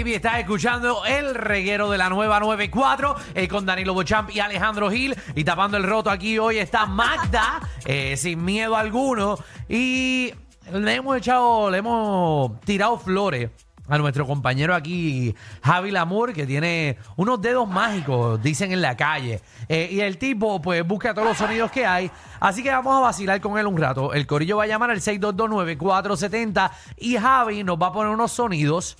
baby. Estás escuchando el reguero de la nueva 94 eh, con Danilo Bochamp y Alejandro Gil. Y tapando el roto aquí hoy está Magda, eh, sin miedo alguno. Y le hemos echado, le hemos tirado flores a nuestro compañero aquí, Javi Lamour, que tiene unos dedos mágicos, dicen en la calle. Eh, y el tipo, pues, busca todos los sonidos que hay. Así que vamos a vacilar con él un rato. El corillo va a llamar al 6229470 y Javi nos va a poner unos sonidos.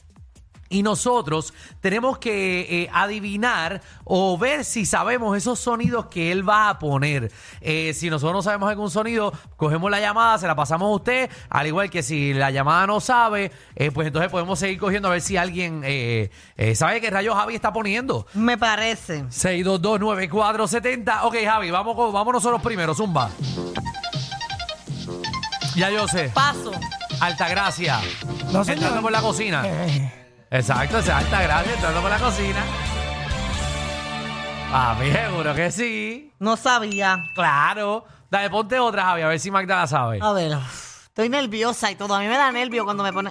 Y nosotros tenemos que eh, adivinar o ver si sabemos esos sonidos que él va a poner. Eh, si nosotros no sabemos algún sonido, cogemos la llamada, se la pasamos a usted. Al igual que si la llamada no sabe, eh, pues entonces podemos seguir cogiendo a ver si alguien eh, eh, sabe qué rayos Javi está poniendo. Me parece. 6229470. Ok, Javi, vamos, con- vamos nosotros primero, Zumba. Ya yo sé. Paso. Altagracia. No, señor. Eh, Entrando por la cocina. Exacto, esa Altagracia entrando por la cocina. Papi, seguro que sí. No sabía. Claro. Dale, ponte otra, Javi, a ver si Magda la sabe. A ver, estoy nerviosa y todo. A mí me da nervio cuando me pone.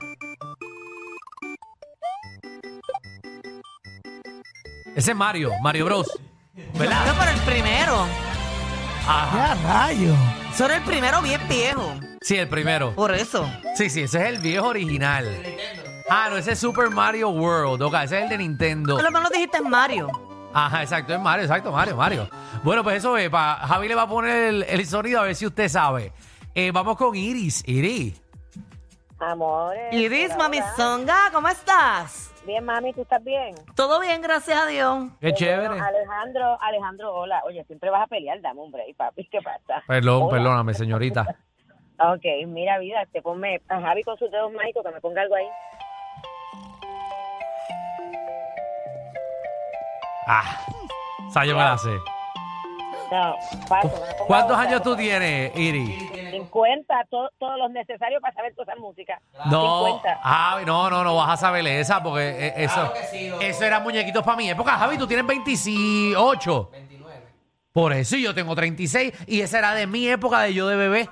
Ese es Mario, Mario Bros. No, ¿Verdad? pero el primero. Ajá. ¡Ya rayo! Solo el primero bien viejo. Sí, el primero. Por eso. Sí, sí, ese es el viejo original. Ah, no, ese es Super Mario World. Ok, ese es el de Nintendo. Por lo menos dijiste Mario. Ajá, exacto, es Mario, exacto, Mario, Mario. Bueno, pues eso es, pa- Javi le va a poner el, el sonido a ver si usted sabe. Eh, vamos con Iris, Iris. Amores. Iris, hola, mami hola. Songa, ¿cómo estás? Bien, mami, ¿tú estás bien? Todo bien, gracias a Dios. Qué chévere. Bueno, Alejandro, Alejandro, hola. Oye, siempre vas a pelear, dame un break, papi, ¿qué pasa? Perdón, Hola. perdóname, señorita. Ok, mira, vida, te ponme a Javi con sus dedos mágicos, que me ponga algo ahí. Ah, esa yo me la sé. No, paso, que me ponga ¿Cuántos otra, años tú porque- tienes, Iris? 50, to- todos los necesarios para saber toda esa música. No, 50. Javi, no, no, no vas a saber esa porque eh, eso, eso eran muñequitos para mi época. Javi, tú tienes 28. 29. Por eso y yo tengo 36 y esa era de mi época de yo de bebé.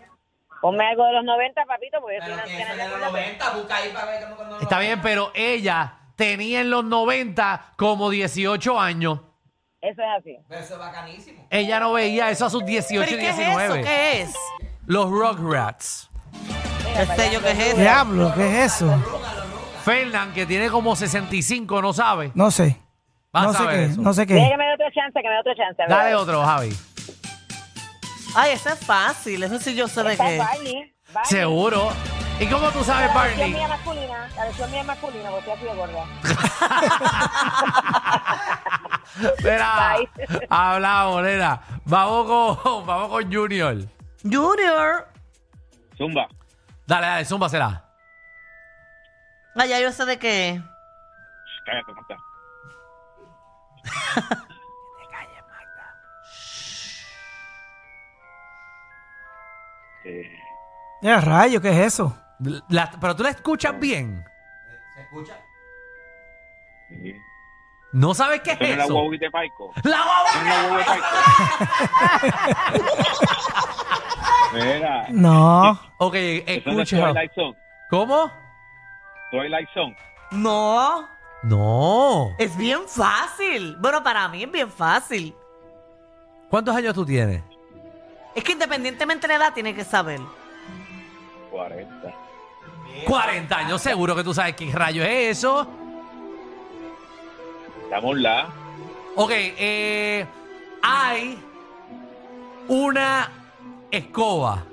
Ponme algo de los 90, papito, porque yo soy Pero una que eso anciana. es de los ya. 90, busca ahí para ver cómo cuando Está bien, pero ella tenía en los 90 como 18 años. Eso es así. Pero eso es bacanísimo. Ella no veía eso a sus 18 y ¿Pero y qué es 19. eso? ¿Qué es? Los Rugrats. ¿Qué sé yo qué es eso? ¡Diablo! ¿Qué es eso? Fernan, que tiene como 65, no sabe. No sé. Va a No sé saber qué. eso. No sé Mira qué. que me dé otra chance, que me dé otra chance. a ver. Dale otro, Javi. Ay, eso es fácil. Eso sí yo sé de Está qué. Barney, Barney. Seguro. ¿Y cómo tú sabes, La versión Barney? ¿eh? mía masculina, la versión mía masculina, porque estoy así de gorda. Espera. Bye. Hablamos, nena. Vamos con, vamos con Junior. Junior. Zumba. Dale, dale, zúmbasela. Ay, Ah, ya yo sé de qué. Cállate, ¿cómo estás? Eh, ¡Ya rayo! ¿Qué es eso? La- pero tú la escuchas bien. ¿Se escucha? sí. ¿No sabes qué es ¿Eso no es eh. la eso? guaguita de Paico? La guagua. ¿Eso no es la guaguita de Paico? Mira, No. Ok, ¿eso no es escucha. Twilight Zone? ¿Cómo? Twilight Zone. No. No. Es bien fácil. Bueno, para mí es bien fácil. ¿Cuántos años tú tienes? Es que independientemente de la edad, tiene que saber. 40. 40 años, seguro que tú sabes qué rayo es eso. Estamos la. Ok, eh, hay una escoba.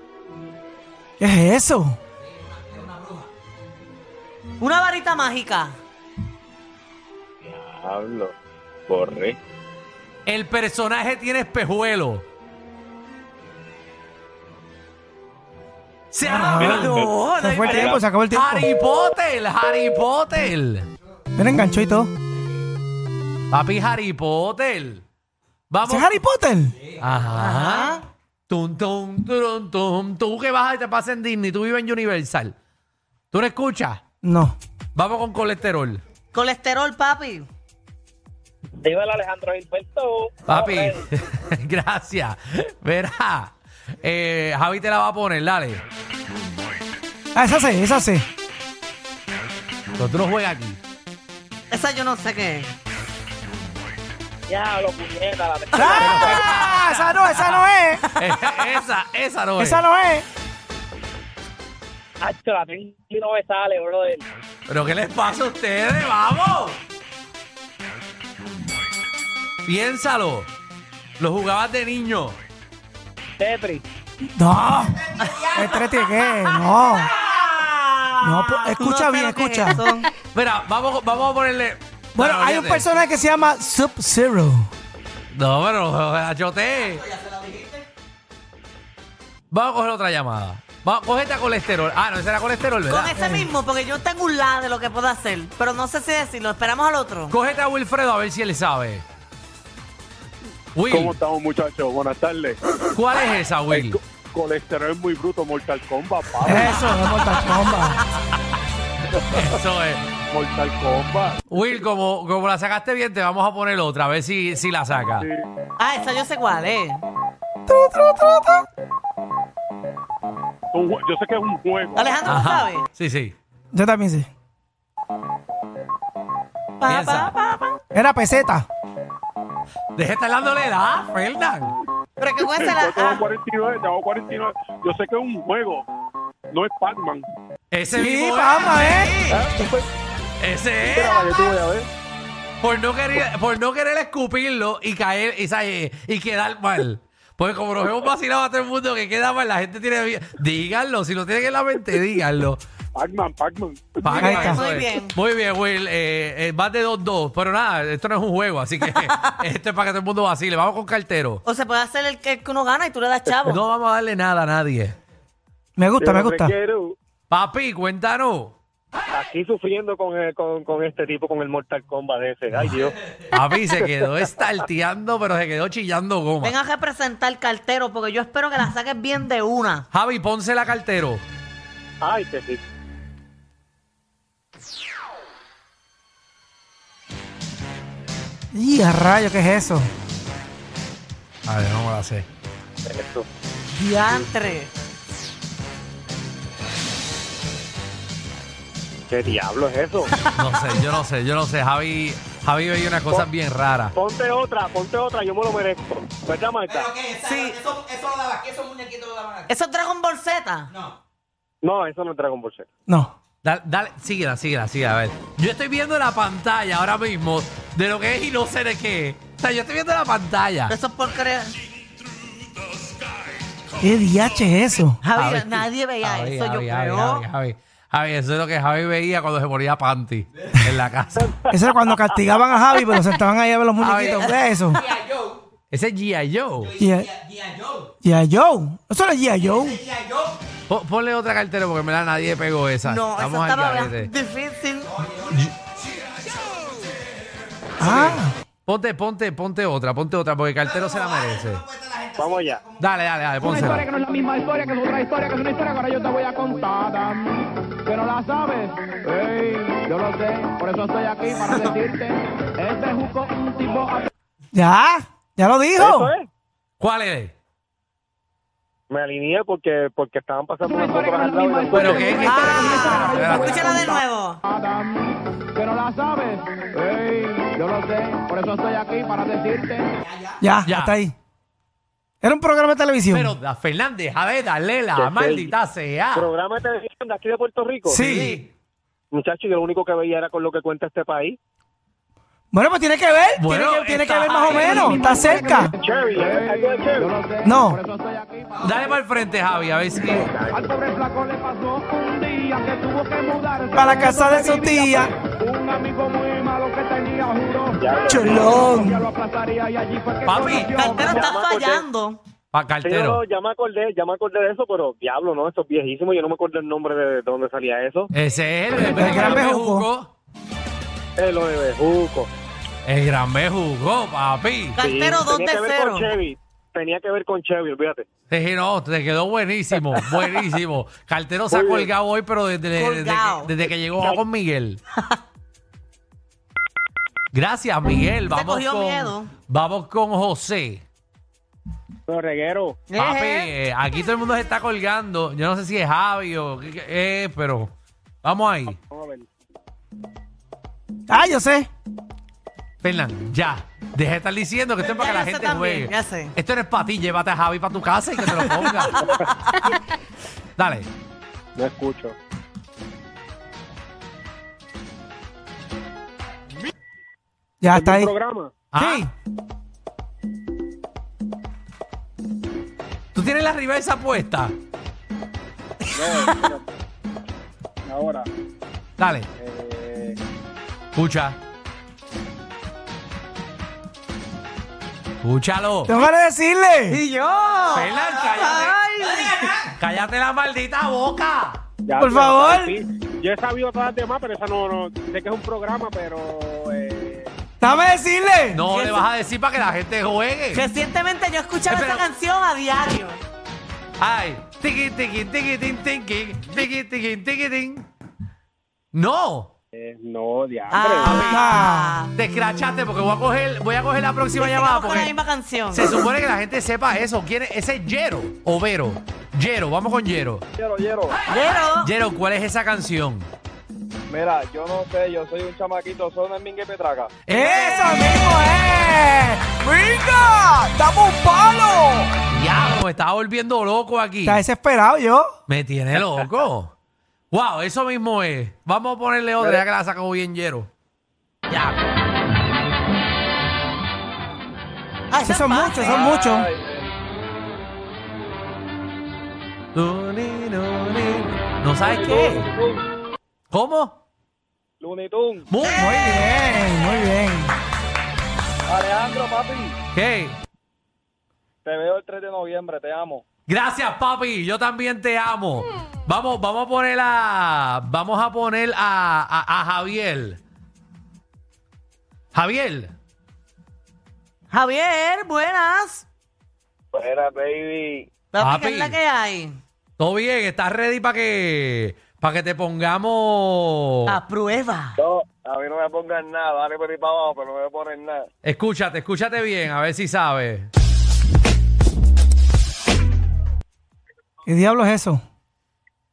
¿Qué es eso? Una varita mágica. Diablo. Corre. El personaje tiene espejuelo. Se Ah, acabó. mira, no, Se no fue el hay- tiempo, se acabó el tiempo. Harry Potter, Harry Potter. Mira, enganchó y todo. Papi, Harry Potter. Vamos. ¿Ese es Harry Potter? Ajá. Tum, tum, turum, tum. Tú que vas y te pasas en Disney, tú vives en Universal. ¿Tú no escuchas? No. Vamos con colesterol. Colesterol, papi. Dímelo, Alejandro Gilberto. Papi, Corre. gracias. Verá. eh, Javi te la va a poner, dale. Ah, esa sí, esa sí. Pero tú no juegas aquí. Esa yo no sé qué es. Ya, lo puñeta, la tengo. ¡Ah! Esa no, esa no es. esa, esa no es. Esa no es. Hacho, la tengo y no me sale, brother. ¿Pero qué les pasa a ustedes? ¡Vamos! Piénsalo. Lo jugabas de niño. Tetris. No. ¿Es tres tiene que. No. No, pero escucha No sé bien, lo que es escucha. eso. Mira, vamos, vamos a ponerle. Bueno, No, hay un olvídate. personaje que se llama Sub-Zero. No, pero chote. Vamos a coger otra llamada. Vamos, cógete a colesterol. Ah, no, ese era colesterol, ¿verdad? Con ese mismo, porque yo tengo un lado de lo que puedo hacer, pero no sé si decirlo. Esperamos al otro. Cógete a Wilfredo a ver si él sabe. Will, ¿Cómo estamos, muchachos? Buenas tardes. ¿cuál es esa, Will? El co- colesterol muy bruto, Mortal Kombat, papi. Eso, es Mortal Kombat. Eso es. Mortal Kombat. Will, como, como la sacaste bien, te vamos a poner otra, a ver si, si la saca. Ah, esa yo sé cuál es. Tru, tru, tru, tru. Un jue- Yo sé que es un juego. Alejandro, ¿tú sabes? Sí, sí. Yo también sé. Pa, Piensa. pa, pa, pa. Era peseta. Deja estar dándole edad, Fernan. Pero que cuesta la. Yo tengo ah, 49, tengo 49. Yo sé que es un juego. No es Pac-Man. Ese Sí, mismo es, papá, ¿eh? Ese es. Espera, para que tú veas, a ver. Por no querer, por no querer escupirlo y caer y, sabe, y quedar mal. Porque como nos hemos vacilado a todo el mundo que queda mal, la gente tiene... miedo. Díganlo, si lo tienen en la mente, díganlo. Pac-man, Pac-Man. Pac-Man, Ahí está. eso Muy es. bien. Muy bien, Will. Eh, eh, más de 2-2. Pero nada, esto no es un juego, así que esto es para que todo el mundo vacile. Vamos con cartero. o se puede hacer el que el que uno gana y tú le das chavo. No vamos a darle nada a nadie. Me gusta, me gusta. Quiero- Papi, cuéntanos. Aquí sufriendo con, eh, con, con este tipo, con el Mortal Kombat ese. Ay, Dios. Papi se quedó estarteando, pero se quedó chillando goma. Venga a representar cartero, porque yo espero que la saques bien de una. Javi, ponse la cartero. Ay, te sí. ¡Y a rayo, qué es eso! A ver, no me la sé. Esto. Diantre. ¿Qué diablo es eso? No sé, yo no sé, yo no sé. Javi, Javi veía unas cosas bien raras. Ponte otra, ponte otra, yo me lo merezco. ¿Verdad, Marta? ¿Pero qué? Sí. Eso, eso lo daba aquí, esos muñequitos lo daban aquí. ¿Eso es Dragon Ball Z? No. No, eso no es Dragon Ball Z. No. Dale, dale, síguela, síguela, síguela. A ver, yo estoy viendo la pantalla ahora mismo de lo que es y no sé de qué. es. O sea, yo estoy viendo la pantalla. Eso es porquería. ¿Qué DH es eso? Javi, nadie veía Javi, eso, yo Javi, creo. Javi, Javi, Javi. Javi, eso es lo que Javi veía cuando se moría Panty en la casa. Eso era cuando castigaban a Javi, pero sentaban ahí a ver los muñequitos. ¿Qué es eso? G.I. Joe. Ese es G.I. Joe. Y a- G.I. Joe. y a Joe. Eso era G.I. Joe. G.I. Joe. Po- ponle otra cartera porque me la nadie pegó esa. No, eso Estamos al estaba garete. difícil. Ah, Ponte, ponte, ponte otra, ponte otra porque cartero se la merece. Vamos allá. Dale, dale, dale, Una historia que pónsela. no es la misma historia, que es otra historia, que es una historia que ahora yo te voy a contar. Que no la sabes. Ey, yo lo sé, por eso estoy aquí para decirte. Este juco es un tipo ya. Ya lo dijo. ¿Eso es? ¿Cuál es? Me alineé porque, porque estaban pasando Una unas historia que no es la motos al lado y misma las historia, Pero que qué- es una historia, que es una historia, ahora yo te voy a Ah, Escúchala de nuevo. contar. Que no la sabes. Ey, yo lo sé, por eso estoy aquí para decirte. Ya, Ya. hasta ahí. Era un programa de televisión. Pero da- Fernández, a ver, dale la Que maldita sea. Programa de televisión de aquí de Puerto Rico. sí. Muchachos, yo lo único que veía era con lo que cuenta este país. Bueno, pues tiene que ver. Bueno, tiene que, tiene está que ver más o ahí. menos. Está cerca. Cherry, ¿eh? algo de Cherry. No. Por eso estoy aquí para Dale para el frente, Javi, a ver si. Al pobre flaco le pasó un día que tuvo que mudarse Para la casa de su tía. Un amigo muy malo que tenía, juró. Ya, Ya Cholón. lo aplazaría y allí fue que Papi, conoció- Cartero está Llama, porque- fallando. Para Sí, no, no, cartero. ya me acordé, ya me acordé de eso, pero diablo, no, esto es viejísimo, yo no me acuerdo el nombre de dónde salía eso. Ese es el, El gran bejuco. Eh, lo de Bejuco. El gran bejuco, papi. Sí, Cartero tenía 2 de que ver 0. con Chevy, tenía que ver con Chevy, olvídate. Te no, te quedó buenísimo, buenísimo. Cartero se ha Muy bien. colgado hoy, pero desde, desde- desde Colgado. que, desde que llegó a con Miguel. Gracias, Miguel. Vamos cogió con, miedo. vamos con José. Pero reguero. Papi, Ejé. eh, aquí todo el mundo se está colgando. Yo no sé si es Javi o qué- qué es, pero vamos eh, ahí. Vamos a ver. Ah, yo sé. Fernan, ya. Deja de estar diciendo que esto es para que Ya la yo sé gente también, juegue. ya sé. Esto no es para ti, llévate a Javi para tu casa y que te lo ponga. Dale. No escucho. Ya está ahí. ¿Un programa? Ah, Sí. ¿Tú tienes la reversa puesta? No, espérate. Ahora, Dale. eh, Escucha. Escúchalo. Tengo que decirle. yo. Fernan, cállate. Cállate la maldita boca. ya, Por pero, favor. sí, yo he sabido todas las demás, pero esa no, no, sé que es un programa, pero... Eh, Dame decirle. No ¿Qué le es- vas a decir para que la gente juegue. Recientemente yo escuchaba Espera. esa canción a diario. Ay, tiqui, tiqui, tiqui, tin, tiqui, tiqui, tiqui, tiqui, tin. No, eh, no, diablo. Ah. te escrachaste porque voy a coger, voy a coger la próxima llamada Sigamos con la porque misma canción. se supone que la gente sepa eso. ¿Quién es? Ese es Yero o Vero. Yero, vamos con Yero. Yero, Yero. Pero, Yero, ¿cuál es esa canción? Mira, yo no sé, yo soy un chamaquito, soy una mingue petraca. ¡Eso mismo es! ¡Venga! ¡Dame un palo! Ya, me estaba volviendo loco aquí. Está desesperado yo. Me tiene loco. wow, eso mismo es. Vamos a ponerle otra, ya que la sacó bien Yero. Ya. ah, Esos son fácil. muchos, son muchos. Ay, eh, ¿No sabes Looney qué? Tunes, ¿Cómo? Looney Tunes. Muy Muy bien, muy bien. Alejandro, papi, Ok. te veo el 3 de noviembre, te amo. Gracias, papi. Yo también te amo. Vamos, vamos a poner a. Vamos a poner a, a- a Javier. Javier. Javier, buenas. Espera, baby. Papi, Papi. ¿qué es la que hay? ¿Todo bien? ¿Estás ready para que. para que te pongamos. A prueba. No, a mí no me pongan nada, dale por ahí para abajo, pero no me ponen nada. Escúchate, escúchate bien, a ver si sabes. ¿Qué diablo es eso?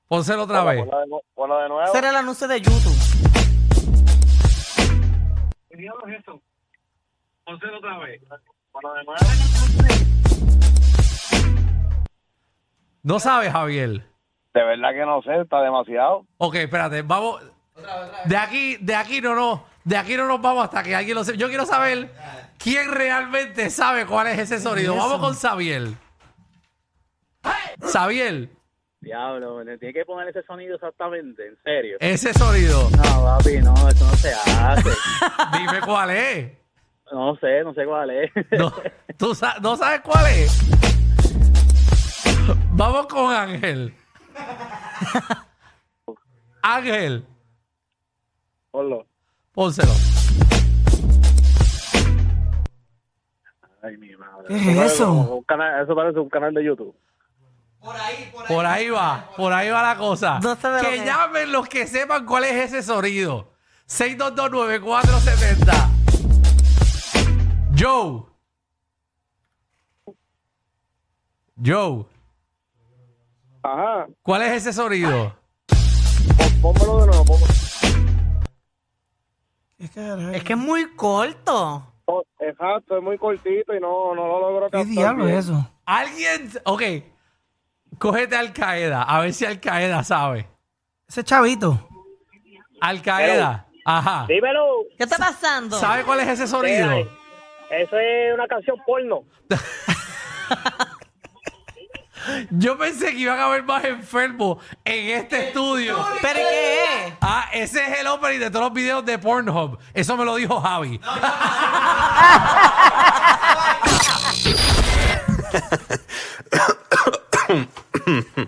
Pónselo otra vez. Ponla de, nu- ponla de nuevo. Será el anuncio de YouTube. Ponla de nuevo. No sabes, Javier. De verdad que no sé, está demasiado. Ok, espérate, vamos. De aquí, de aquí no, no. De aquí no nos vamos hasta que alguien lo sepa. Yo quiero saber quién realmente sabe cuál es ese sonido. Vamos con Xavier. Xavier, Diablo, le tiene que poner ese sonido exactamente, en serio. ese sonido. No, papi, no, eso no se hace. Dime cuál es. No sé, no sé cuál es. No, ¿Tú sa- no sabes cuál es? Vamos con Ángel. Ángel, Ponlo. pónselo. Ay, mi madre. ¿Qué es eso? Un canal, eso parece un canal de YouTube. Por ahí, por ahí. Por ahí va, por ahí va la cosa. No sé de lo que que- llamen los que sepan cuál es ese sonido. 6229470. Joe. Joe, Ajá, ¿cuál es ese sonido? pon- pónmelo de nuevo. pónmelo. ¿Qué carajo? Es que es muy corto. Oh, Exacto, es muy cortito y no, no lo logro ¿Qué captar diablo bien. es eso? Alguien, ok, cógete a Al Qaeda, a ver si Al Qaeda sabe. Ese chavito. Al Qaeda, ajá. Dímelo, ¿Qué está pasando? ¿Sabe cuál es ese sonido? eso es una canción porno. Yo pensé que iban a haber más enfermos en este estudio. ¿Pero qué es? Ah, ese es el opening de todos los videos de Pornhub. Eso me lo dijo Javi.